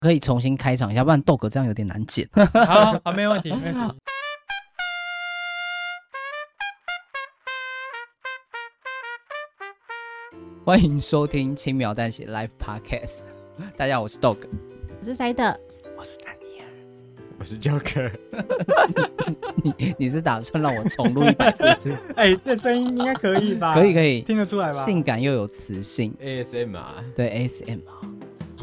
可以重新开场一下，不然豆哥这样有点难剪。 好好，没问题，没问题。欢迎收听轻描淡写 Live Podcast，大家好，我是豆哥。 我是塞的，我是丹尼尔，我是 Joker，你你是打算让我重录一百遍 是不是？哎、这声音应该可以吧？可以可以，以，啊听得出来吧？性感又有磁性， ASM 啊，对 ASM 啊。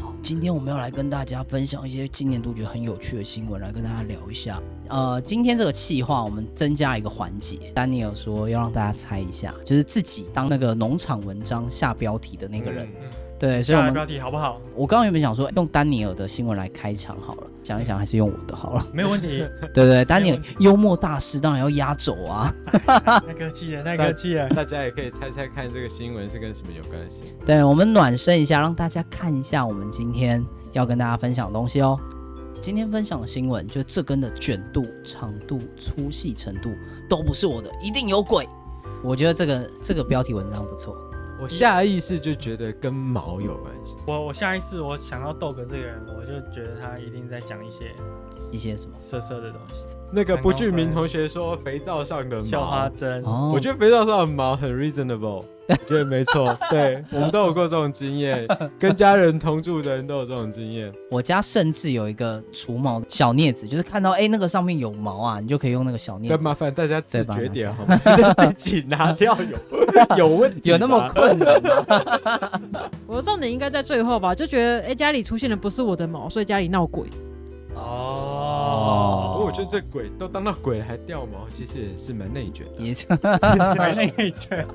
好，今天我们要来跟大家分享一些今年度觉得很有趣的新闻，来跟大家聊一下。呃，今天这个企划我们增加一个环节，丹尼尔说要让大家猜一下，就是自己当那个农场文章下标题的那个人。嗯对，所以下我来们标题好不好？我刚刚原本想说用丹尼尔的新闻来开场好了，想一想还是用我的好了。 没有问题，对对，丹尼没尔问题幽默大师当然要压轴啊。太客气了，太客气了。大家也可以猜猜看这个新闻是跟什么有关系。对我们暖身一下，让大家看一下我们今天要跟大家分享的东西哦。今天分享的新闻，就这根的卷度、长度、粗细程度都不是我的，一定有鬼。我觉得这个这个标题文章不错，我下意识就觉得跟毛有关系，我我下一次我想到豆哥这个人，我就觉得他一定在讲一些一些什么？色色的东西，那个不具名同学说肥皂上的校花毛，针。哦，我觉得肥皂上的毛很 reasonable，我觉得没 错，对我们都有过这种经验，跟家人同住的人都有这种经验。我家甚至有一个除毛小镊子，就是看到哎那个上面有毛啊，你就可以用那个小镊但子。麻烦大家自觉对吧点好吗？ 自己拿掉有有问题吧，有那么困难吗？我的重点应该在最后吧，就觉得哎、诶家里出现的不是我的毛，所以家里闹鬼。哦，我觉得这鬼都当到鬼了还掉毛，其实也是蛮内卷的。也是买那一卷，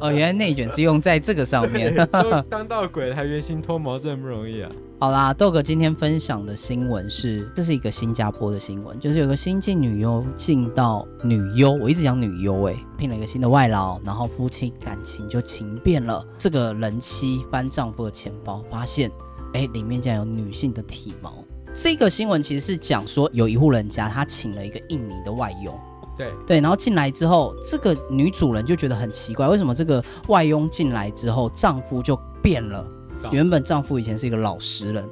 哦，原来内卷是用在这个上面。都当到鬼了还原形脱毛，真的不容易啊！好啦，豆哥今天分享的新闻是，这是一个新加坡的新闻，就是有个新晋女优进到女优，我一直讲女优哎、聘了一个新的外劳，然后夫妻感情就情变了。这个人妻翻丈夫的钱包，发现哎、里面竟然有女性的体毛。这个新闻其实是讲说，有一户人家他请了一个印尼的外佣，对，对，然后进来之后，这个女主人就觉得很奇怪，为什么这个外佣进来之后，丈夫就变了？啊原本丈夫以前是一个老实人，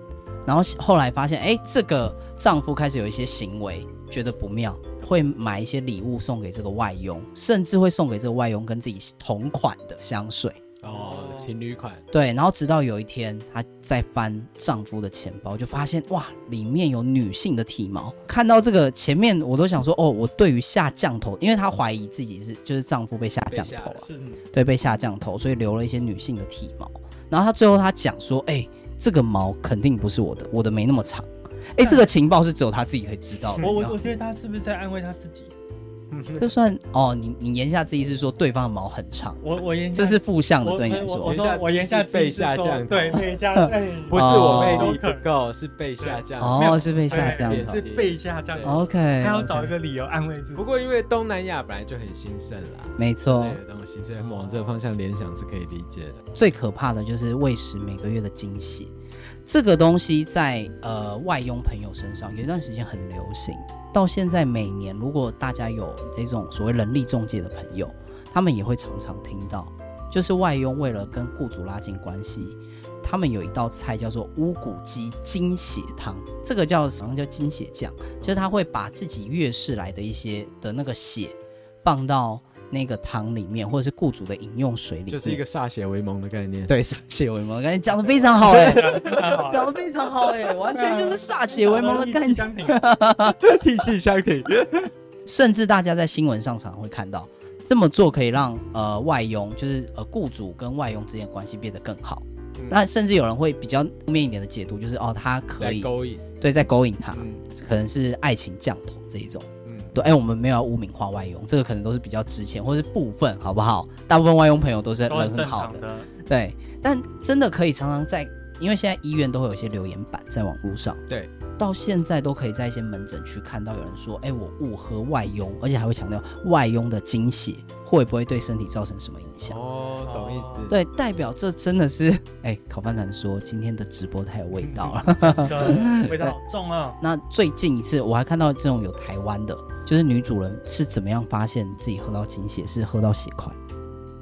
然后后来发现，哎，这个丈夫开始有一些行为，觉得不妙，会买一些礼物送给这个外佣，甚至会送给这个外佣跟自己同款的香水。哦，情侣款，对，然后直到有一天，她在翻丈夫的钱包，就发现哇，里面有女性的体毛。看到这个前面，我都想说，哦，我对于下降头，因为她怀疑自己是就是丈夫被下降头了，是对，被下降头，所以留了一些女性的体毛。然后她最后她讲说，哎、这个毛肯定不是我的，我的没那么长。哎、这个情报是只有她自己可以知道的。你我知道我吗我觉得他是不是在安慰他自己？这算哦，你你言下之意是说对方的毛很长，我我言这是负向的我对你来我说我。说我言下之意是被下说降对被下降，不是我魅力不够，是被下降。没哦，有是被下降对头是。被下降对。 OK，他要找一个理由安慰自己不。过因为东南亚本来就很兴盛啦，没错对，，东西所以往这个方向联想是可以理解的。最可怕的就是喂食每个月的惊喜，这个东西在呃外佣朋友身上有一段时间很流行，到现在每年如果大家有这种所谓人力中介的朋友，他们也会常常听到，就是外佣为了跟雇主拉近关系。他们有一道菜叫做乌骨鸡精血汤，这个叫好像叫精血酱，就是他会把自己月事来的一些的那个血放到那个汤里面，或者是雇主的饮用水里面，就是一个歃血为盟的概念。对，歃血为盟，感觉讲的非常好哎、好讲的非常好哎、完全就是歃血为盟的概 念。相挺地气相挺，甚至大家在新闻上常会看到，这么做可以让呃外佣，就是呃雇主跟外佣之间的关系变得更好。嗯那甚至有人会比较负面一点的解读，就是哦，他可来以勾引。对在勾引他，嗯可能是爱情降头这一种。嗯，对，哎、我们没有要污名化外佣，这个可能都是比较值钱，或是部分，好不好？大部分外佣朋友都是都人很很正好常的，的。对，但真的可以常常在，因为现在医院都会有一些留言板在网络上，对，到现在都可以在一些门诊去看到有人说，哎、我误喝外佣，而且还会强调外佣的经血会不会对身体造成什么影响。哦，懂意思。，对，代表这真的是，哎、烤饭团说今天的直播太有味道嗯了。的味道好重啊！那最近一次我还看到这种有台湾的，就是女主人是怎么样发现自己喝到经血，是喝到血块，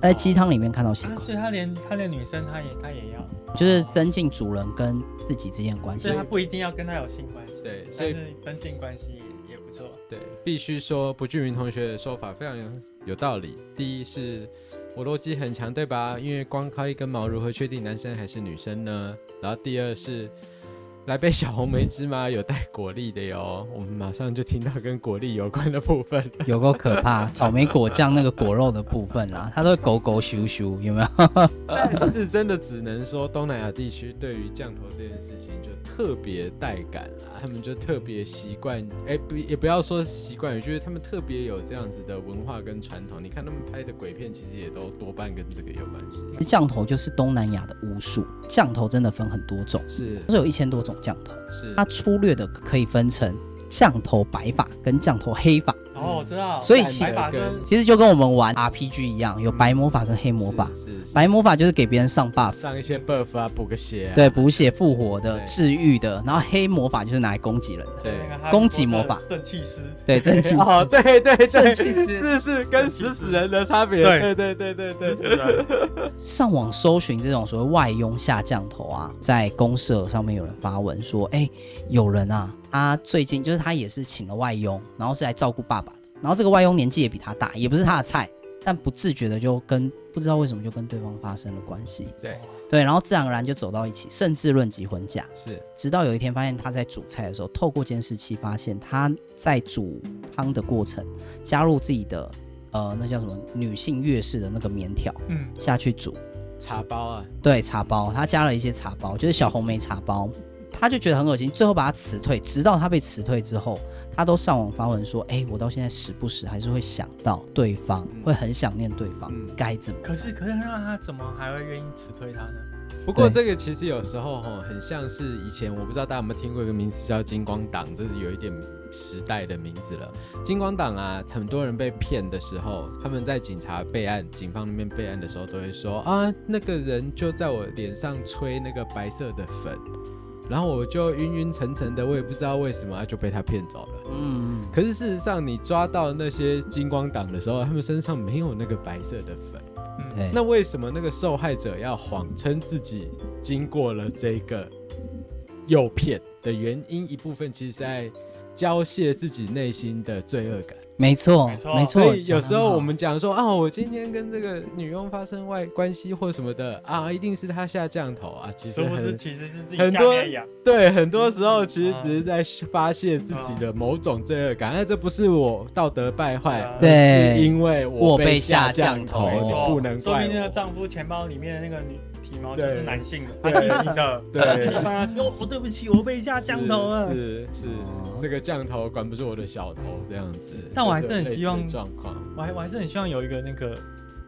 在鸡汤里面看到血啊块，所以他连他连女生他也他也要，就是增进主人跟自己之间的关系所以。他不一定要跟他有性关系，对，所但以是增进关系也不错。对，必须说不具名同学的说法非常有有道理。第一是我逻辑很强，对吧？因为光靠一根毛，如何确定男生还是女生呢？然后第二是来杯小红莓芝麻，有带果粒的哟。我们马上就听到跟果粒有关的部分。有够可怕！草莓果酱那个果肉的部分啦，它都会狗狗咻咻，有没有？ 但是真的只能说东南亚地区对于降头这件事情就特别带感啊，他们就特别习惯，哎、不也不要说习惯，就是他们特别有这样子的文化跟传统。你看他们拍的鬼片，其实也都多半跟这个有关系。降头就是东南亚的巫术，降头真的分很多种，是是有一千多种降头。是它粗略的可以分成降头白法跟降头黑法，哦，我知嗯道，所以其白发跟生其实就跟我们玩 RPG 一样，有白魔法跟黑魔法。是是白魔法就是给别人上 buff，上一些 buff 啊，补个血、啊，对补血、复活的、对治愈的，然后黑魔法就是拿来攻击人的，对那个哈利波特攻击魔法正气师，对，真气 哦，对对正对，气是是跟食死人的差别，对对对对对 对是啊是的上网搜寻这种所谓外佣下降头啊，在公社上面有人发文说，哎、有人啊，他最近就是他也是请了外佣，然后是来照顾爸爸的，然后这个外佣年纪也比他大，也不是他的菜，但不自觉的就跟不知道为什么就跟对方发生了关系，对对，然后自然而然就走到一起，甚至论及婚嫁。是直到有一天发现他在煮菜的时候，透过监视器发现他在煮汤的过程加入自己的呃那叫什么女性月事的那个棉条 嗯，下去煮，茶包啊，对茶包，他加了一些茶包，就是小红莓茶包，他就觉得很恶心，最后把他辞退。直到他被辞退之后，他都上网发文说：“哎、我到现在时不时还是会想到对方，嗯会很想念对方嗯，该、怎么可是可是那他怎么还会愿意辞退他呢？不过对这个其实有时候哈，很像是以前我不知道大家有没有听过一个名词叫金光党，这是有一点时代的名字了。金光党啊，很多人被骗的时候，他们在警察备案、警方那边备案的时候，都会说啊，那个人就在我脸上吹那个白色的粉，然后我就晕晕沉沉的，我也不知道为什么、啊就被他骗走了。？”嗯，可是事实上，你抓到那些金光党的时候，他们身上没有那个白色的粉。嗯，对，那为什么那个受害者要谎称自己经过了这个诱骗的原因，一部分其实是在交泄自己内心的罪恶感。没错，没错没错。所以有讲时得候好我们讲说啊，我今天跟这个女佣发生外关系或什么的啊，一定是她下降头啊。其实殊不知很其实是自己很下多面痒，对，很多时候其实只是在发泄自己的某种罪恶感，那这不是我道德败坏，啊对而是因为我被被下降降头你哦不能说怪明那个我。丈夫钱包里面的那个女体毛就是对男性的，对他女性的，对你把他说哦我对不起，我被下降头了。是是是哦这个降头管不住我的小头这样子。但我还就是很类似希望状况，我还我还是很希望有一个那个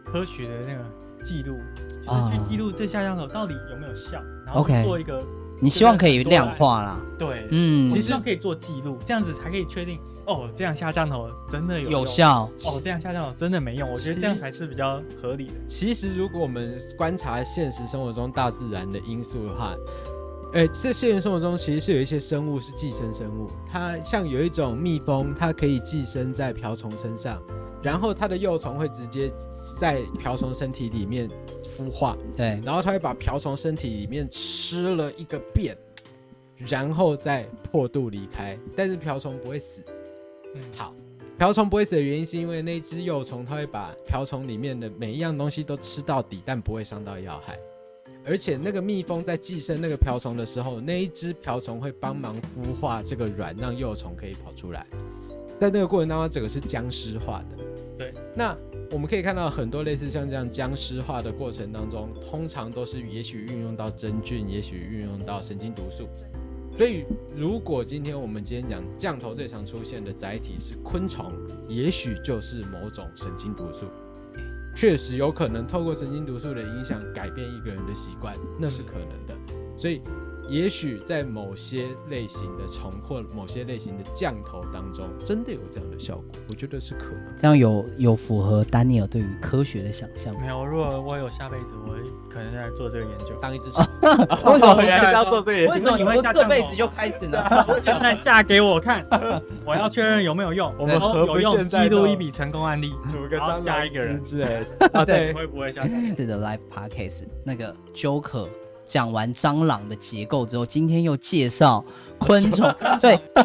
科学的那个记录，就是啊去记录这下降头到底有没有效，然后 OK 去做一个你希望可以量化啦，对，嗯，其实可以做记录，这样子才可以确定哦，这样下降头真的有用有。效。哦，这样下降头真的没用，我觉得这样才是比较合理的。其实如果我们观察现实生活中大自然的因素的话。呃，这现实生活中其实是有一些生物是寄生生物，它像有一种蜜蜂，它可以寄生在瓢虫身上，然后它的幼虫会直接在瓢虫身体里面孵化，对，然后它会把瓢虫身体里面吃了一个遍，然后再破肚离开，但是瓢虫不会死。嗯好，瓢虫不会死的原因是因为那只幼虫它会把瓢虫里面的每一样东西都吃到底，但不会伤到要害。而且那个蜜蜂在寄生那个瓢虫的时候，那一只瓢虫会帮忙孵化这个卵，让幼虫可以跑出来。在那个过程当中，整个是僵尸化的。对，那我们可以看到很多类似像这样僵尸化的过程当中，通常都是也许运用到真菌，也许运用到神经毒素。所以，如果今天我们今天讲降头最常出现的载体是昆虫，也许就是某种神经毒素，确实有可能透过神经毒素的影响改变一个人的习惯，那是可能的。所以，也许在某些类型的虫或某些类型的降头当中，真的有这样的效果，我觉得是可能。这样有有符合丹尼尔对于科学的想象吗？没有，如果我有下辈子，我可能在做这个研究。当一只虫，为什么原来是要做这为些什么你你们们会下这降辈头子就开始 呢？现在下给我看，我要确认有没有用。我们对有用，记录一何不笔成功案例。煮个好蟑下螂一个人汁之类的啊，对不，会不会下降？的 live podcast 那个 Joker 讲完蟑螂的结构之后，今天又介绍昆 虫，对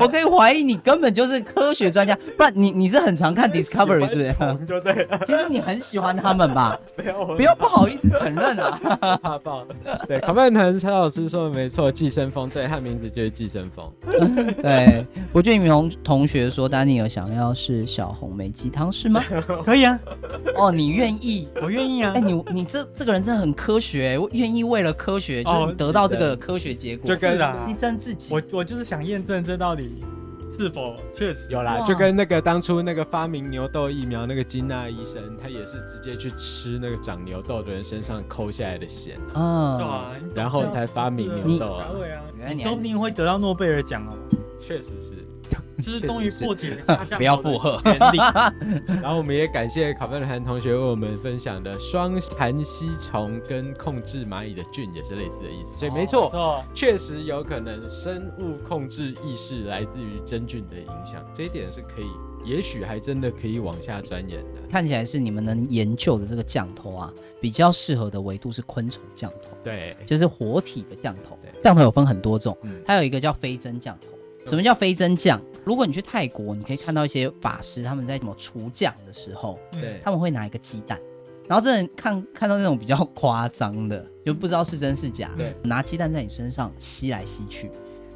我可以怀疑你根本就是科学专家，不然你你是很常看 Discovery 是不是？ 虫就对了，其实你很喜欢他们吧？不要我不要不好意思承认啊！ 怕爆。 对，卡曼谈蔡老师说的没错，寄生蜂，对，它名字就是寄生蜂。对，我俊明同同学说，丹尼尔想要是小红梅鸡汤是 吗？可以啊，哦，你愿意？我愿意啊哎、。你你这这个人真的很科学、愿意为了科学就是哦得到这是的个科学结果，就跟是啊牺牲自己。我我就是想验证这到底是否确实有啦，哇就跟那个当初那个发明牛痘疫苗那个金娜医生，他也是直接去吃那个长牛痘的人身上抠下来的血，对嗯，啊，你总是然后要才发明是啊牛痘啊才。会啊原来你你还说不定会得到诺贝尔奖哦，确实是。就是终于破解了下降不要附和原理。 然后我们也感谢卡曼韩同学为我们分享的双盘吸虫跟控制蚂蚁的菌也是类似的意思，所以没错。错，确实有可能生物控制意识来自于真菌的影响，这一点是可以，也许还真的可以往下钻研的。看起来是你们能研究的这个降头啊，比较适合的维度是昆虫降头，对，就是活体的降头对。降头有分很多种嗯，它有一个叫飞针降头。什么叫飞针降？如果你去泰国，你可以看到一些法师他们在什么除降的时候，嗯对，他们会拿一个鸡蛋，然后真的看看到那种比较夸张的，就不知道是真是假，对，拿鸡蛋在你身上吸来吸去，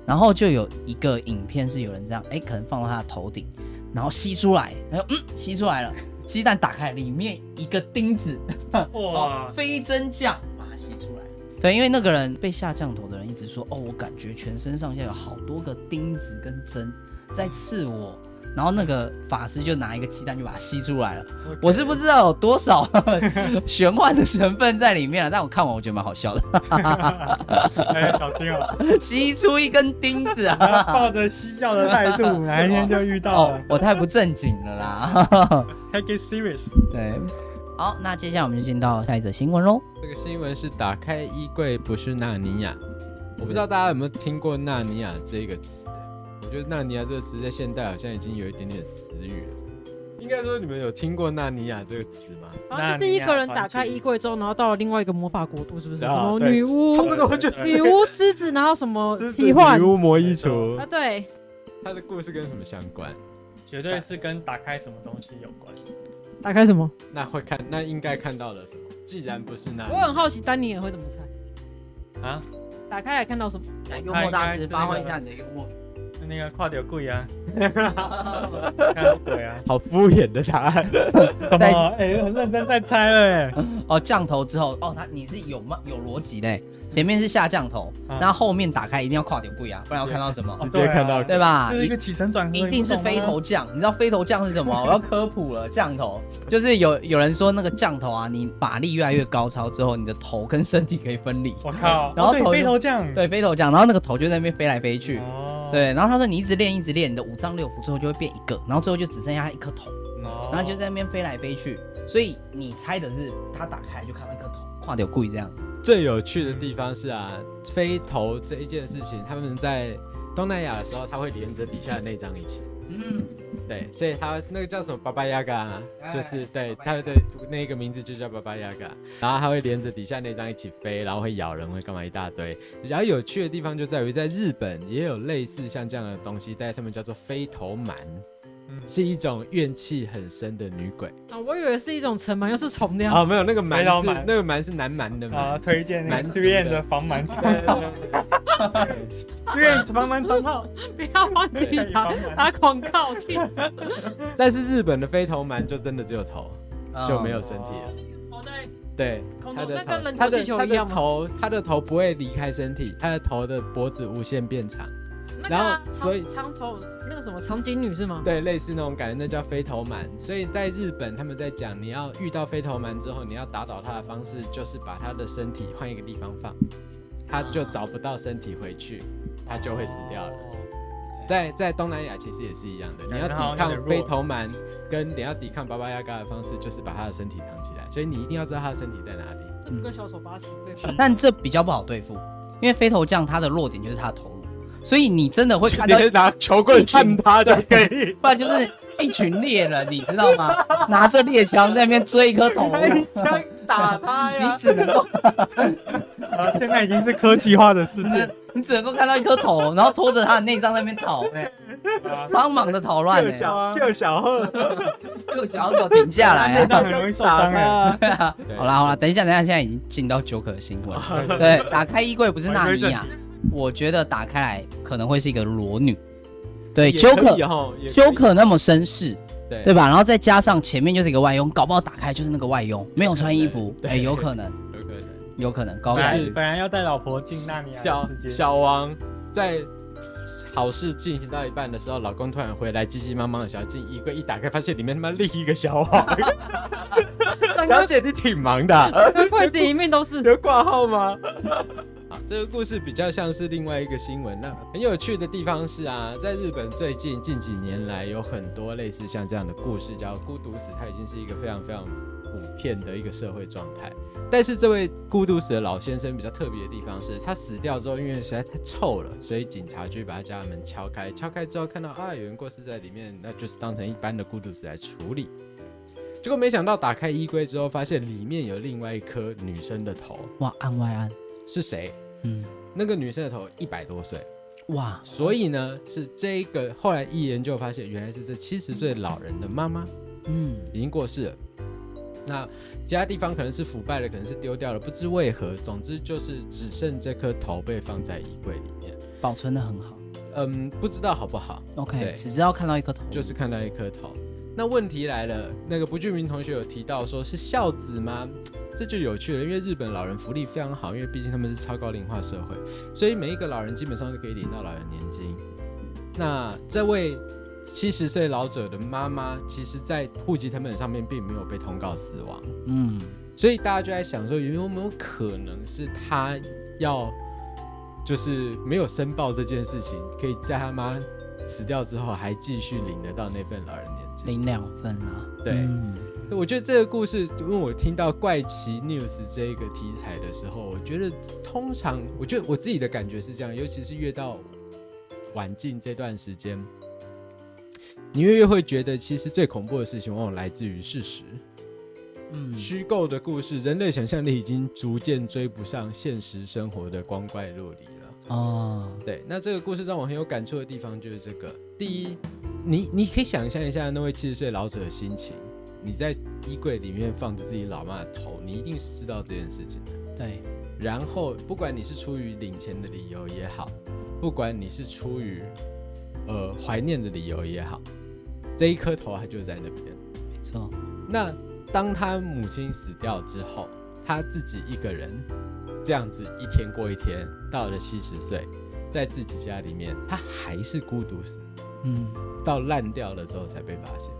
然后就有一个影片是有人这样，哎，可能放到他的头顶，然后吸出来，然后嗯，吸出来了，鸡蛋打开，里面一个钉子，哦哇，，非真酱把它吸出来。对，因为那个人被下降头的人一直说，哦，我感觉全身上下有好多个钉子跟针在刺我，然后那个法师就拿一个鸡蛋就把它吸出来了。我是不知道有多少 玄幻的成分在里面了，但我看完我觉得蛮好笑的， 哎，小心哦， 吸出一根钉子还要 啊！抱着嬉笑的态度，哪一天就遇到哦了，我太不正经了啦。 ，Take it serious。对，好，那接下来我们就进到下一则新闻喽。这个新闻是打开衣柜不是纳尼亚，我不知道大家有没有听过纳尼亚这个词。我觉得纳尼亚这个词在现代好像已经有一点点死语了。应该说你们有听过纳尼亚这个词吗？然后就是一个人打开衣柜之后，然后到了另外一个魔法国度，是不是？什啊么对哦女巫差、不多就是女巫、狮子，然后什么狮子奇幻女巫魔衣啊？橱，对，它的故事跟什么相关？绝对是跟打开什么东西有关。打开什么？那会看，那应该看到了什么？既然不是纳尼我亚，很好奇，丹尼也会怎么猜啊？打开来看到什么？幽默大师发挥一下你的幽默。那个跨点贵啊，看鬼啊，好敷衍的答 案。什么？哎，很认真在猜了，哎，哦，降头之后，哦，他你是有嘛有逻辑的欸，前面是下降头，啊那、后面打开一定要跨点不一样，不然要看到什么，直接看到对对啊，吧？这是一个起承转合，一定是飞头降，你知道飞头降是什 么？我要科普了，降头就是有有人说那个降头啊，你法力越来越高超之后，你的头跟身体可以分离。嗯我靠，然后哦对头飞头酱，对，飞头降，然后那个头就在那边飞来飞去。哦，对，然后他说你一直练一直练，你的五脏六腑最后就会变一个，然后最后就只剩下一颗头，哦，然后就在那边飞来飞去。所以你猜的是他打开就看到一颗头，跨点故意这样。最有趣的地方是啊，飞头这一件事情，他们在东南亚的时候，他会连着底下的内脏一起。嗯，对，所以他那个叫什么巴巴亚嘎，就是对巴巴他亚的那个名字就叫巴巴亚嘎，然后他会连着底下内脏一起飞，然后会咬人，会干嘛一大堆。然后有趣的地方就在于，在日本也有类似像这样的东西，但是他们叫做飞头蛮，是一种怨气很深的女鬼。啊，我以为是一种尘螨，又是虫那样。哦，没有，那个蛮飞头是蛮那个蛮是南蛮的啊，蛮。推荐那蛮个毒的 Three N 的防螨床，Three N 防螨床套，不要帮你 打打广告，气死！但是日本的飞头蛮就真的只有头，就没有身体了。哦，对，对，空他洞的那跟头，人他头的气球他一的样吗？头，他的头不会离开身体，他的头的脖子无限变长，那个然后啊长所以长头那个什么长颈女是吗？对，类似那种感觉，那叫飞头蛮。所以在日本，他们在讲你要遇到飞头蛮之后，你要打倒他的方式就是把他的身体换一个地方放。他就找不到身体回去，他就会死掉了。哦在在东南亚其实也是一样的，你感要觉好抵像有点弱抗飞头蛮，跟你要抵抗巴巴亚嘎的方式就是把他的身体藏起来，所以你一定要知道他的身体在哪里。那不跟小丑八旗对吧？嗯 但这比较不好对付，因为飞头匠它的弱点就是它的头颅，所以你真的会看你 到是拿球棍看拳他就可以。不然就是一群猎人，你知道吗？ 拿着猎枪在那边追一颗头，你哎打他呀！只能够啊现在已经是科技化的世界，你只能够看到一颗头，然后拖着他的内脏在那边逃、哎，啊苍茫的逃乱、救哎，小救小贺，就小狗停下来、啊。那很容易受伤哎。 对啊 好啦好啦，等一下等一下，现在已经进到九可新 闻。对，打开衣柜不是纳尼亚，我觉得打开来可能会是一个裸女。对，也可九以可哦也可以九可那么绅士，对对吧？然后再加上前面就是一个外佣，搞不好打开就是那个外佣，没有穿衣服，对哎，有可能，有可能有可能，高本来凯是本来要带老婆进纳尼亚小的啊世界，小王在好事进行到一半的时候，老公突然回来，急急忙忙的想要进衣柜，一打开发现里面他妈另一个小 王。小姐，你挺忙的啊、那柜子里面都是。有挂号吗？ 好，这个故事比较像是另外一个新闻。那很有趣的地方是啊，在日本最近近几年来有很多类似像这样的故事，叫孤独死，它已经是一个非常非常普遍的一个社会状态。但是这位孤独死的老先生比较特别的地方是，他死掉之后，因为实在太臭了，所以警察就把他家的门敲开。敲开之后看到啊，有人过世在里面，那就是当成一般的孤独死来处理。结果没想到打开衣柜之后，发现里面有另外一颗女生的头，哇，案外案，是谁？嗯，那个女生的头一百多岁，哇，所以呢，是这一个后来一研究发现，原来是这七十岁老人的妈妈嗯，已经过世了。那其他地方可能是腐败了，可能是丢掉了，不知为何，总之就是只剩这颗头被放在衣柜里面。保存的很好嗯，不知道好不好， ，OK，对只知道看到一颗头，就是看到一颗头。那问题来了，那个不具名同学有提到说是孝子吗？这就有趣了，因为日本老人福利非常好，因为毕竟他们是超高龄化社会，所以每一个老人基本上都可以领到老人年金。那这位七十岁老者的妈妈，其实在户籍成本上面并没有被通告死亡，嗯，所以大家就在想说，有没有可能是他要就是没有申报这件事情，可以在他妈死掉之后还继续领得到那份老人年金？零两分啦，对嗯我觉得这个故事，因为我听到怪奇 news 这一个题材的时候，我觉得通常，我觉得我自己的感觉是这样，尤其是越到晚近这段时间，你越越会觉得，其实最恐怖的事情往往来自于事实。嗯，虚构的故事，人类想象力已经逐渐追不上现实生活的光怪陆离了。哦，对，那这个故事让我很有感触的地方就是这个：第一，你你可以想象一下那位七十岁老者的心情，你在衣柜里面放着自己老妈的头，你一定是知道这件事情的。对，然后，不管你是出于领钱的理由也好，不管你是出于呃怀念的理由也好，这一颗头它就在那边。没错，那当他母亲死掉之后，他自己一个人这样子一天过一天，到了七十岁，在自己家里面，他还是孤独死，嗯，到烂掉了之后才被发现。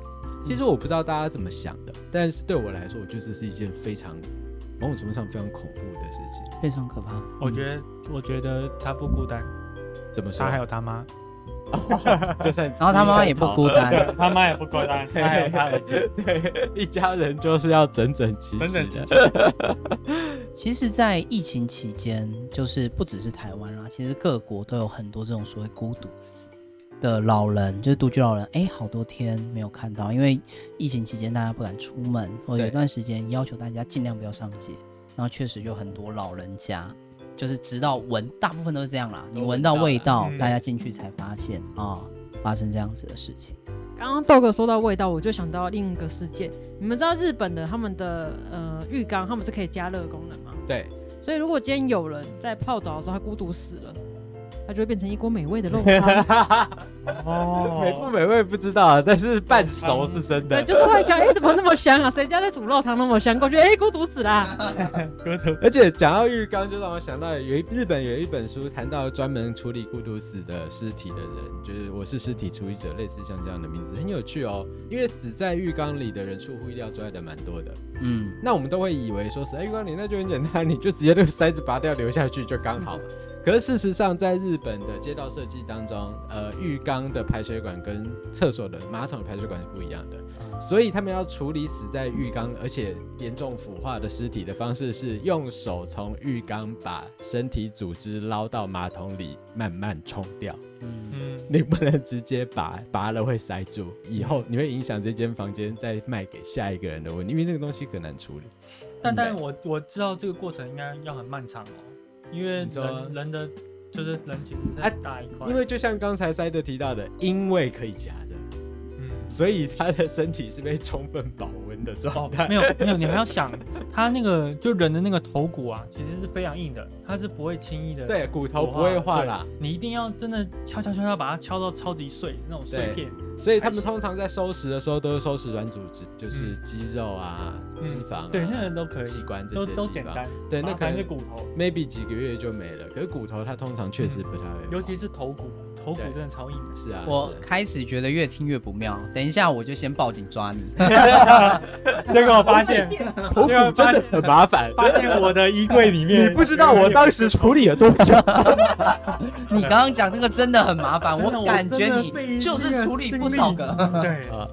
其实我不知道大家怎么想的，但是对我来说，我觉得这是一件非常某种程度上非常恐怖的事情。非常可怕，嗯我觉得我觉得他不孤单，怎么说他？还有他妈，就算嗯然后他妈妈也不 孤单，他妈也不孤单， 他还有他儿子，对， 一家人就是要整整齐齐的，整整齐齐其实，在疫情期间，就是不只是台湾啦，其实各国都有很多这种所谓孤独死的老人，就是独居老人。哎，好多天没有看到，因为疫情期间大家不敢出门，或者有对一段时间要求大家尽量不要上街，然后确实有很多老人家。就是直到闻，大部分都是这样啦。你都闻闻到到味了道，嗯大家进去才发现啊、发生这样子的事情。刚刚豆哥说到味道，我就想到另一个事件。你们知道日本的他们的呃浴缸，他们是可以加热功能吗？对， 所以如果今天有人在泡澡的时候他孤独死了，它就会变成一锅美味的肉 汤。美不哦，美味不知道，啊但是半熟是真对，的。就是会想，哎、怎么那么香啊？谁家在煮肉汤那么香？过去，哎、孤独 死啦！割头而且讲到浴缸，就让我想到有一日本有一本书谈到专门处理孤独死的尸体的人，就是我是尸体处理者，类似像这样的名字，很有趣哦。因为死在浴缸里的人出乎意料之外的蛮多的，嗯，那我们都会以为说死在浴缸里那就很简单，你就直接那个塞子拔掉流下去就刚好了。可是事实上，在日本的街道设计当中，呃，浴缸的排水管跟厕所的马桶的排水管是不一样的。所以他们要处理死在浴缸而且严重腐化的尸体的方式是用手从浴缸把身体组织捞到马桶里慢慢冲掉。嗯，你不能直接拔，拔了会塞住，以后你会影响这间房间再卖给下一个人的问题，因为那个东西很难处理。但但嗯我我知道这个过程应该要很漫长哦，因为你说人人的就是人其实是啊很大一块，因为就像刚才塞德提到的，因为可以夹的，嗯。所以他的身体是被充分保温的状哦态，。 没有没有，你还要想，他那个就人的那个头骨啊，其实是非常硬的，它是不会轻易的。，对，骨头不会化啦，你一定要真的敲敲敲敲，把它敲到超级碎那种碎对片。所以他们通常在收拾的时候都是收拾软组织，就是肌肉啊、嗯脂肪、啊，对，那人都可以，器官这都些都地简方单。对，那麻可烦是能骨头， maybe 几个月就没了。可是骨头它通常确实不太会化，嗯尤其是头骨，头骨对真的超硬的。是啊，我是啊开始觉得越听越不妙，等一下我就先报警抓你。结果我发现，头骨真的很麻烦，发现我的衣柜里面，你不知道我当时处理了多久。你刚刚讲那个真的很麻烦，真的我我感真觉的你被就是那个处理经不少历个。对，啊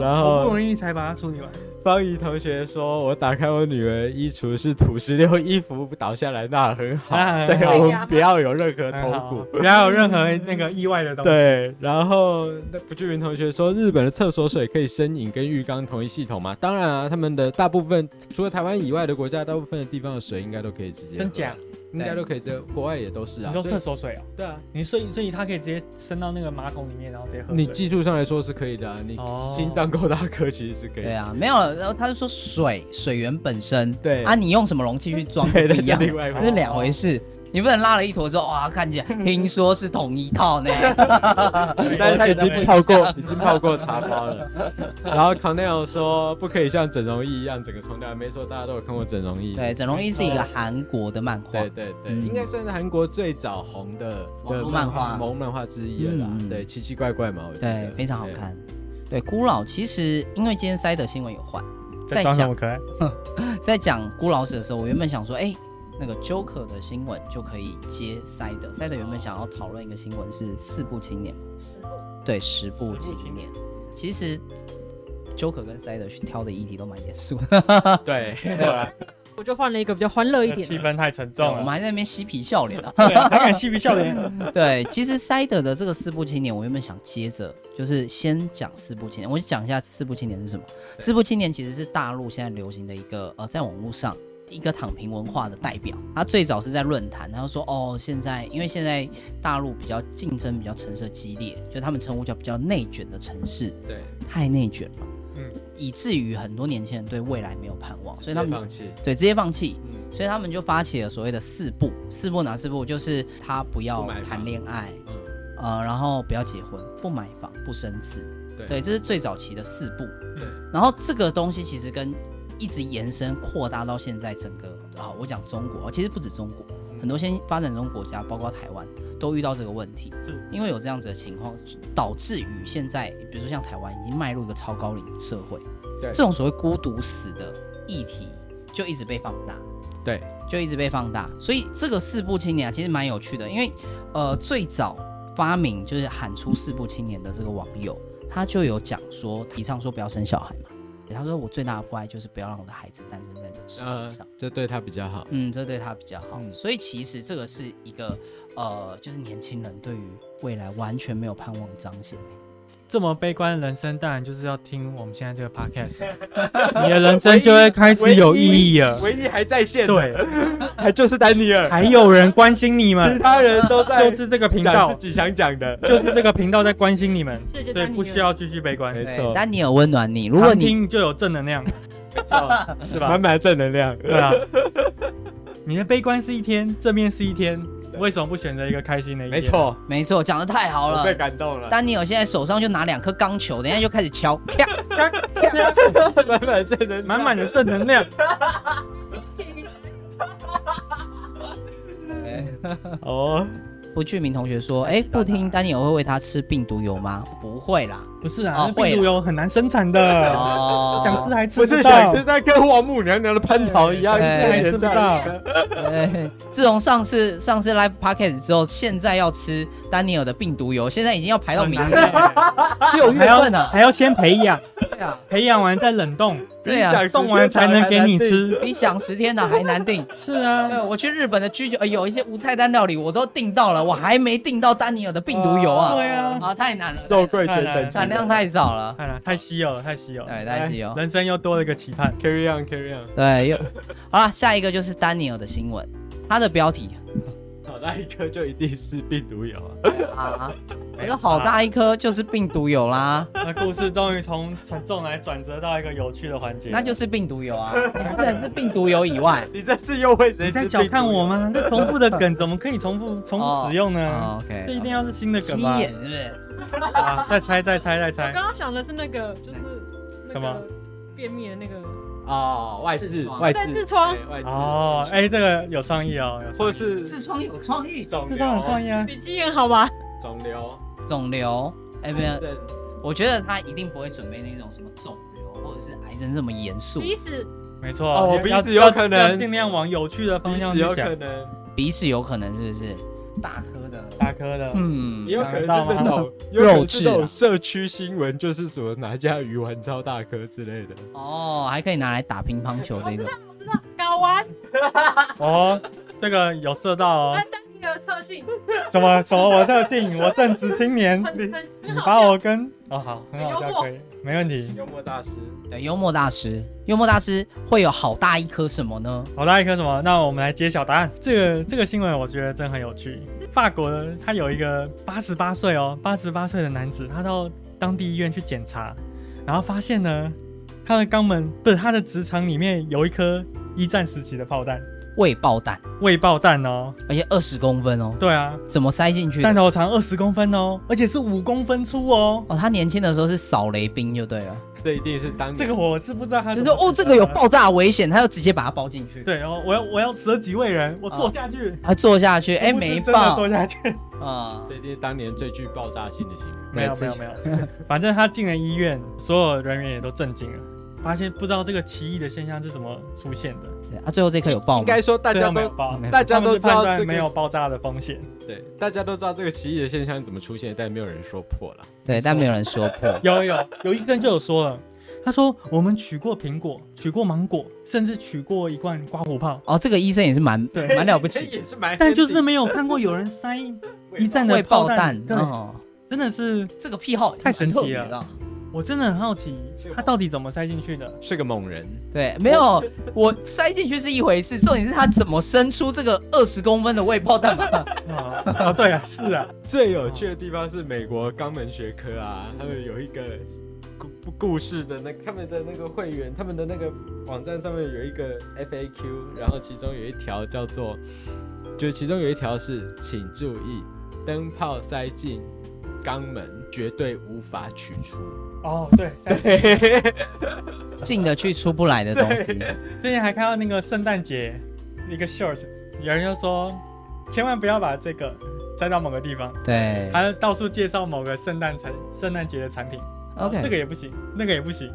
然好不后容易才把它处理完。方怡同学说，我打开我女儿衣橱是土石榴衣服倒下来，那 很好。啊对很好我们不要有任何头骨。不要有任何那个意外的东西。对，然后那不具云同学说，日本的厕所水可以生饮跟浴缸同一系统吗？当然啊，他们的大部分除了台湾以外的国家，大部分的地方的水应该都可以直接喝，真假？应该都可以直接，国外也都是你啊。说所以厕所水哦，对啊，你所以所以它可以直接伸到那个马桶里面，然后直接喝水。你技术上来说是可以的、啊，你哦心脏够大颗其实是可以 对的。啊，没有，然后他是说水水源本身，对啊，你用什么容器去装不对，那一是样，另外一这回是事。两回事。你不能拉了一坨之后，哇，看起来听说是同一套呢。对 但是他已我觉得经泡过，已经泡过茶包了。然后 Cornell 说不可以像整容液一样整个冲掉，没错，大家都有看过整容液。对，整容医是一个韩国的漫画，对对对，嗯应该算是韩国最早红的网的络漫画萌漫画之一了啦。嗯嗯对，奇奇怪怪嘛，我觉得对，非常好。看。对，孤老其实因为今天塞的新闻有换，在装什讲么可爱？在讲孤老史的时候，我原本想说，哎、那个 Joker 的新闻就可以接塞德。塞德原本想要讨论一个新闻是四部青年，对，十部青十部青年。其实 Joker 跟塞德挑的议题都蛮严肃的，对对，我就换了一个比较欢乐一点气的。氛太沉重 我们了。还在那边嬉皮笑脸啊。对啊，还敢嬉皮笑脸？对，其实塞德的这个四部青年，我原本想接着就是先讲四部青年，我就讲一下四部青年是什么。四部青年其实是大陆现在流行的一个呃，在网络上一个躺平文化的代表。他最早是在论坛，然后说哦，现在因为现在大陆比较竞争比较城市激烈，就他们称呼叫比较内卷的城市，对，太内卷了，嗯，以至于很多年轻人对未来没有盼望，所以他直接们放弃。对直接放弃。嗯，所以他们就发起了所谓的四步，四步哪四步？就是他不要不买房谈恋爱，嗯呃，然后不要结婚，不买房，不生子，对这是最早期的四步。对，然后这个东西其实跟一直延伸扩大到现在整个啊，我讲中国，其实不止中国，嗯很多先发展中国家，包括台湾，都遇到这个问题是，因为有这样子的情况，导致于现在，比如说像台湾已经迈入一个超高龄社会，对这种所谓孤独死的议题就一直被放大。对，就一直被放大。所以这个四部青年啊，其实蛮有趣的，因为呃，最早发明就是喊出四部青年的这个网友，他就有讲说，提倡说不要生小孩嘛。他说我最大的父爱就是不要让我的孩子诞生在这个世呃界上。，这对他比较好。嗯，这对他比较好。嗯所以其实这个是一个呃，就是年轻人对于未来完全没有盼望的彰显。这么悲观的人生，当然就是要听我们现在这个 podcast，你的人生就会开始有意义了。唯一还在线，，对，还就是丹尼 尔，还有人关心你其们，他人都 在就是这个频讲道自，己想讲 的。就是这个频道在关心你们，谢谢所以丹尼不尔需要继续悲观。没对错，但你有温暖你，如果常你听就有正能 量，是吧满？满正能量。对啊，你的悲观是一天，正面是一天，的，为什么不选择一个开心的一没点？错，没错，讲的太好我了被。感动了。丹尼尔现在手上就拿两颗钢球，等一下就开始敲，啪 满满正能量，满满的正能量。哦，不具名同学说：“哎、不听丹尼尔会喂他吃病毒油吗？不会啦。不是哦啊，那会病啦毒有很难生产的，想哦吃，还吃不是到小。吃在跟王母娘娘的蟠桃一样，对一还吃连不在到，对自从上次上次 live podcast 之后，现在要吃丹尼尔的病毒油，现在已经要排到明很年难欸六月还要份啊了。 还要先培养，对啊，培养完再冷 冻，对啊，想冻完才能给你 啊吃。比想十天呢还难定。是啊，对，我去日本的居酒，呃有一些无菜单料理我都订到了，我还没订到丹尼尔的病毒油啊。对啊，啊，太难了，肉桂卷等级的产量太少了。看了太稀有了，太稀有了，哎对，太稀有。人生又多了一个期盼。 carry on carry on，对，又好了，下一个就是丹尼尔的新闻，他的标题好大一颗就一定是病毒有啊，啊，我说好大一颗就是病毒油啦，啊那故事终于从沉重来转折到一个有趣的环节。那就是病毒油啊，不能是病毒油以 外。你这次又会谁你吃在病毒小油？看我吗？这重复的 梗怎么可以重复重复使用呢？哦这一，OK，定要是新的七梗吧？眼是不是？啊，再猜再猜再我猜刚，刚想的是那个，就是那个什么便秘的那个哦，外痔痔疮外对痔痔疮对外痔，哦，哎，这个有创意哦，有创或意。是痔疮有创意，肿这张有创瘤意啊，比基炎好吧？肿瘤肿瘤，哎，不癌是，症我觉得他一定不会准备那种什么肿瘤或者是癌症这么严肃。鼻屎没错。哦要鼻要子有要可能要尽量往有趣的方鼻向子去有想可。能，鼻屎有可能是不是大颗的？大科的，嗯也，有可能是想得这到种，也有可能肉是质这啊种社区新闻，就是什么哪家鱼丸超大颗之类的。哦，还可以拿来打乒乓球这种。我知道，睾丸哦，这个有射到哦丹。丹尼尔特性 什么什么我特性，我正值青年，很你很很你好把笑我跟哦好，很好幽笑，默可以，没问题。幽默大师，对，幽默大师，幽默大师会有好大一颗什么呢？好大一颗什么？那我们来揭晓答案。这个这个新闻我觉得真很有趣。法国的他有一个八十八岁哦，八十八岁的男子，他到当地医院去检查，然后发现呢，他的肛门不是他的直肠里面有一颗一战时期的炮弹，未爆弹，未爆弹哦。而且二十公分哦，对啊，怎么塞进去的弹？头长二十公分哦，而且是五公分粗哦。哦，他年轻的时候是扫雷兵就对了，这一定是当年这个我是不知道他就怎是么哦，这个有爆炸危险，他就直接把它包进去，对哦，我要我要死了几位人，我啊坐下去。他坐下去，哎，殊不知没真的爆坐下去。啊，这一定是当年最具爆炸性的新闻。没有对没有没 有，反正他进了医院，所有人员也都震惊了，发现不知道这个奇异的现象是怎么出现的。对啊，最后这颗有爆应吗该？说大最家后没有都嗯爆，没有大家都知他道们是判这断没有个，爆炸的风险。对，大家都知道这个奇异的现象怎么出现，但没有人说破了。对，但没有人说破。有有有医生就有说了，他说我们取过苹果，取过芒果，甚至取过一罐刮胡泡，哦，这个医生也是蛮 对蛮了不这起，也是蛮，但就是没有看过有人塞一站的未爆弹弹。对，哦，真的是，这个癖好太神奇蛮了特别的哦。我真的很好奇他到底怎么塞进去 的。是个猛人，对，没有我塞进去是一回事，重点是他怎么生出这个二十公分的未爆弹嘛？啊啊，对啊，是啊，最有趣的地方是美国肛门学科啊，嗯他们有一个故故事的那他们的那个会员，他们的那个网站上面有一个 FAQ，然后其中有一条叫做，就是其中有一条是请注意，灯泡塞进肛门绝对无法取出。哦对，塞进去进得去出不来的东 西。最近还看到那个圣诞节一个 short，有人就说千万不要把这个塞到某个地方，对还到处介绍某个圣诞产圣诞节的产品，OK，这个也不行，那个也不行，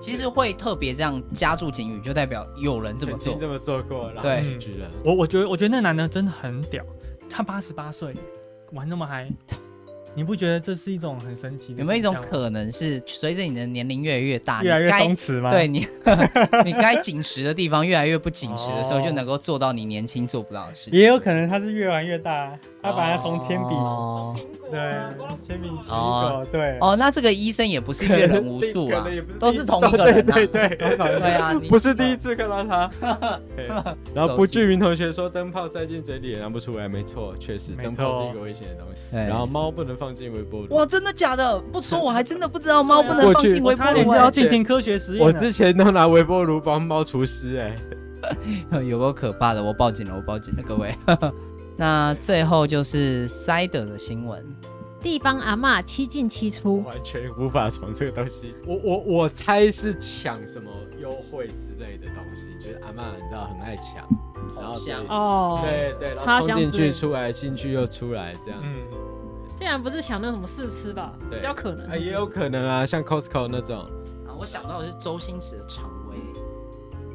其实会特别这样加注警语，就代表有人这么曾做经。这么做过，然对后拒绝了。我我觉得我觉得那男的真的很屌，他八十八岁玩那么嗨，你不觉得这是一种很神奇的？有没有一种？可能是，随着你的年龄越来越大，越来越你该松弛吗？对，你， 你该紧实的地方越来越不紧实的时候，哦就能够做到你年轻做不到的事情。也有可能他是越玩越大，他把它从天比、哦苹果对啊菠萝铅笔起一哦个对，哦，那这个医生也不是阅人无 数可啊能也不是，都是同一个人啊。对对对， 对啊，你不是第一次看到 他。对然后不具名同学说灯泡塞进嘴里也拿不出来，没错，确实没错灯泡是一个危险的东西。对然后猫不能放进微波炉哇，。真的假的？不说我还真的不知道猫不能过放去进我微波差点炉就我要啊，了进解行科学实我验了之。前都拿微波炉帮猫除湿，哎， 有够可怕的，我报警了，我报警了，各位。 那最后就是塞德的新闻，地方阿嬷七进七出，完全无法从这个东西，我我我猜是抢什么优惠之类的东西，就是阿嬷你知道很爱抢，然后所以同乡哦，对对，然插后冲箱进之去类出来，进去又出来这样子，嗯，竟然不是抢那什么试吃吧，对比较可能啊，也有可能啊，像 Costco 那种，啊，我想到的是周星驰的常威，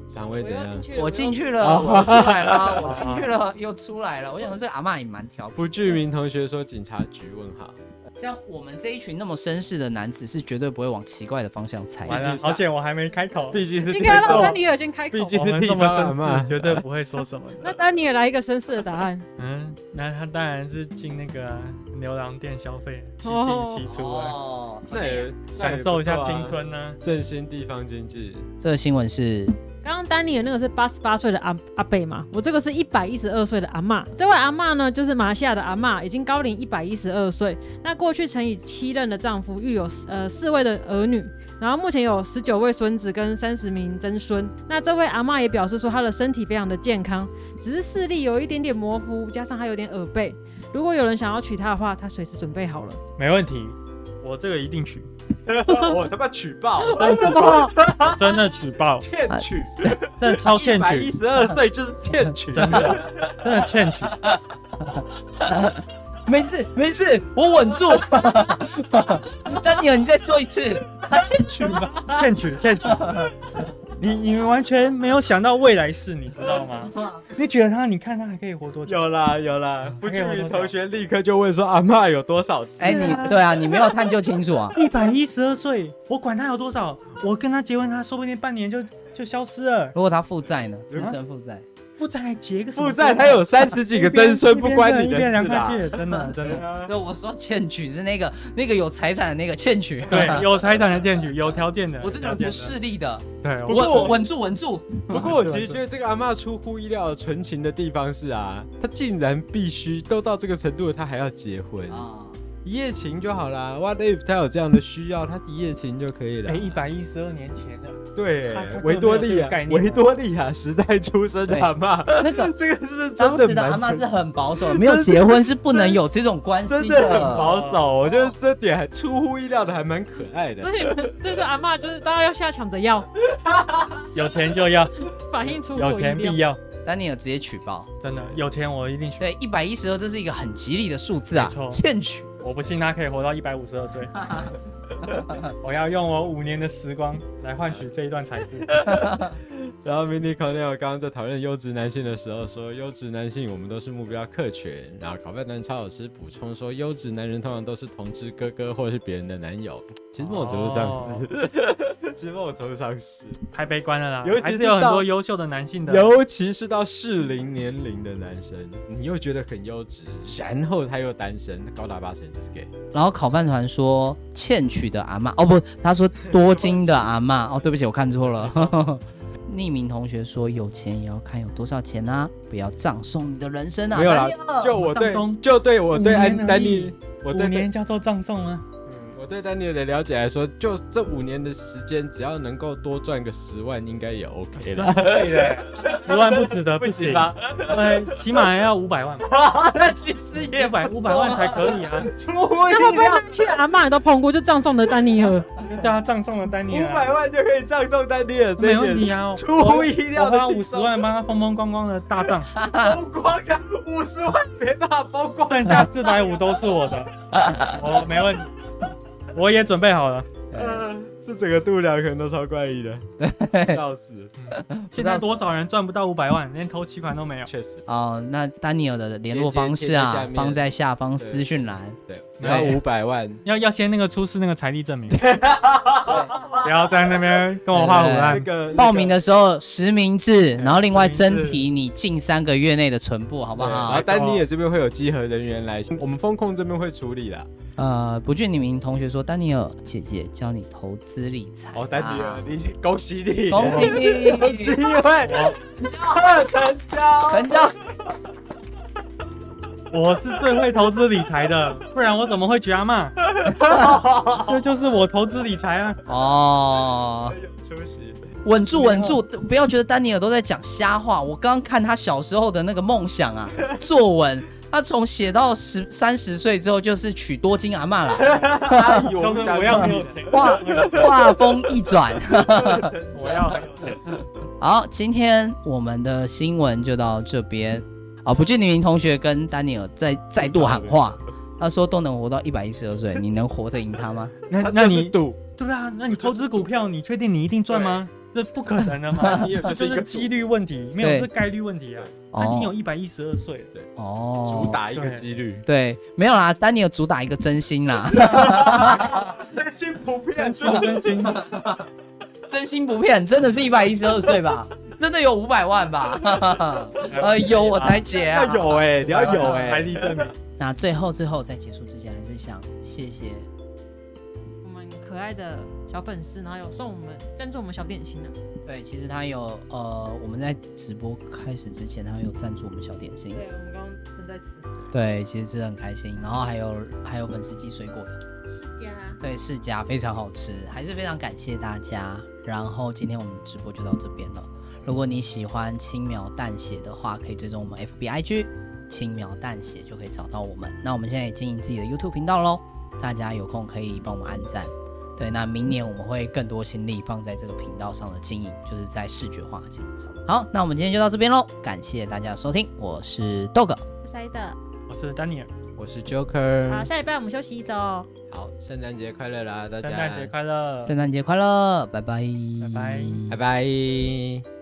常会我怎要样进？去了，我进去去了，我出来了，我进去 了又出来了。我想说这个阿嬷也蛮调皮。不具名同学说警察局问号，哦像我们这一群那么绅士的男子，是绝对不会往奇怪的方向猜的。完了，好险我还没开口，毕竟是应该听让众丹尼尔先开口毕。竟我是们地这么方阿绅嬷 士，绝对不会说什么那的。丹尼尔来一个绅士的答案，嗯，那他当然是进那个啊牛郎店消费，七哦进七出啊，哦，那也那也享受一下不错啊青春呢。振兴地方经济。这个新闻是刚刚丹尼尔那个是八十八岁的阿阿贝嘛，我这个是一百一十二岁的阿嬷。这位阿嬷呢，就是马来西亚的阿嬷，已经高龄一百一十二岁。那过去曾以七任的丈夫育有呃四位的儿女，然后目前有十九位孙子跟三十名曾孙。那这位阿嬷也表示说，她的身体非常的健康，只是视力有一点点模糊，加上她有点耳背。如果有人想要娶她的话，她随时准备好了。没问题，我这个一定取，我他妈举报，真的真的举报，欠取，真的超欠百一取，十二岁就是欠取，真的真的欠取。没事没事，我稳 住。丹尼尔，你再说一次，他欠取吧？骗取骗取，你你们完全没有想到未来事，你知道吗？你觉得他，你看他还可以活多久？有啦有啦， 不具名同学立刻就问说阿嬷有多少次？哎，你对啊，你没有探究清楚啊。一百一十二岁，我管他有多少，我跟他结婚，他说不定半年就就消失了。如果他负债呢？只能负债。负债还结个什么负债他有三十几个曾孙，不关你一的边事啊两啦块。钱，真的真的。 啊那我说欠取是那个那个有财产的那个欠取。 对，有财产的骗取，有条件的，我这个有人不条件的。势利的，对，不我稳过我稳住稳住。不过我其实觉得这个阿嬷出乎意料的纯情的地方是啊，她竟然必须都到这个程度了，她还要结婚，啊，一夜情就好啦。What if 她有这样的需要，她一夜情就可以了。哎，一百一十二年前的，对她她根，本维多利没有这亚个概念啊维多利亚时代出生的对阿嬷， 那个这个是真当的时的阿蛮妈纯是很保守，没有结婚是不能有这种关系真的很保真守，我觉得这点还出乎意料的，还蛮可爱的所。以你们这是阿嬷，就是大家要下抢着要，有钱就 要，反映出有我一钱定必要。要，丹尼尔直接取报，真的有钱我一定取。对，一百一十二，这是一个很吉利的数字啊没，错欠取。我不信他可以活到一百五十二 岁。我要用我五年的时光来换取这一段财富。然后 Mini Cornell 刚刚在讨论优质男性的时候说，优质男性我们都是目标客群。然后搞半男超老师补充说，优质男人通常都是同志哥哥或是别人的男友。其实某种程度上哦是， 其实某种程度上是，太悲观了啦，尤其还是是有很到多优秀的男性的。尤其是到适龄年龄的男生，你又觉得很优质，然后他又单身，高达八成就是 gay。然后烤饭团说欠取的阿妈，哦不，他说多金的阿妈，哦对不起，我看错了。 匿名同学说有钱也要看有多少钱啊，不要葬送你的人生啊。没有啦丹尼尔就我上对中，就对我对五年安而丹已尼，我五对年叫做葬送吗？嗯我对丹尼尔的了解来说，就这五年的时间，只要能够多赚个十万，应该也 OK 了。对的，十万不值得，不行，对，起码要五百万吧， 那其实五百五百万才可以啊。 出乎意那会不会料，他去阿嬷都碰过，就葬送的丹尼尔？对啊，葬送了丹尼五尔百啊，万就可以葬送丹尼尔，没问题啊。 我 出乎意料我的花五轻十松万帮他风风光光的大葬，风光啊，五十万没办法风 光。剩下四百五都是我的，我没问题，我也准备好了。呃，这整个度量可能都超怪 异的，笑死了，现在多少人赚不到五百万，连头期款都没有。确实，哦，那丹尼尔的联络方式链接贴在下啊面，放在下方对私讯栏。对，只要对五百万。要要先那个出示那个财力证明， 不要在那边跟我画胡那乱。个 报名，的时候实名制，然后另外实名制真题你近三个月内的存部，好不那个对然好后？丹尼尔这边会有集合人员来，我们风控这边会处理啦。呃，不俊你名同学说，丹尼尔姐姐教你投资理财、啊。哦，丹尼尔，，你恭喜你，恭喜有 你机，会，成交。成交。我是最会投资理财的，不然我怎么会举阿 嬷？这就是我投资理财啊！哦，有出息，稳住稳住，不要觉得丹尼尔都在讲瞎话。我刚刚看他小时候的那个梦想啊，作文，他从写到十三十岁之后，就是娶多金阿嬷了，哎呦高哥，我要很有钱，画画风一转。我要很有钱。好，今天我们的新闻就到这边。啊，不见女明同学跟丹尼尔再再度喊话，他说都能活到一百一十二岁，你能活得赢他吗？那他那就是你 赌，对啊，那你投资股票，你确定你一定赚吗？这不可能的嘛， 你也这就是一是个几机率问题，没有对这是概率问题啊。 他已经有哦一百一十二岁了，对，哦，主打一个对几率，对，没有啦，丹尼尔主打一个真心啦，真心普遍真心真心， 真心不骗，真的是一百一十二岁 吧？真的有五百万 吧？哎呦，我才解啊！要有欸哎，你要有财哎，力证明。那最后最后在结束之前，还是想谢谢我们可爱的小粉丝，然后有送我们赞助我们小点心呢、啊对，其实他有呃，我们在直播开始之前，他有赞助我们小点心，对，我们刚刚正在吃。对，其实真的很开心。然后还有还有粉丝寄水果的，对啊，对，世家非常好吃，还是非常感谢大家。然后今天我们的直播就到这边了。如果你喜欢轻描淡写的话，可以追踪我们 FB IG 轻描淡写就可以找到我们。那我们现在也经营自己的 YouTube 频道喽，大家有空可以帮我们按赞。对，那明年我们会更多心力放在这个频道上的经营，就是在视觉化的经营上面。好，那我们今天就到这边喽，感谢大家的收听，我是 Dog。塞的。我是丹尼尔，我是 Joker，好，下礼拜我们休息一周哦。好，圣诞节快乐啦，大家，圣诞节快乐，圣诞节快乐，拜拜，拜拜。拜拜。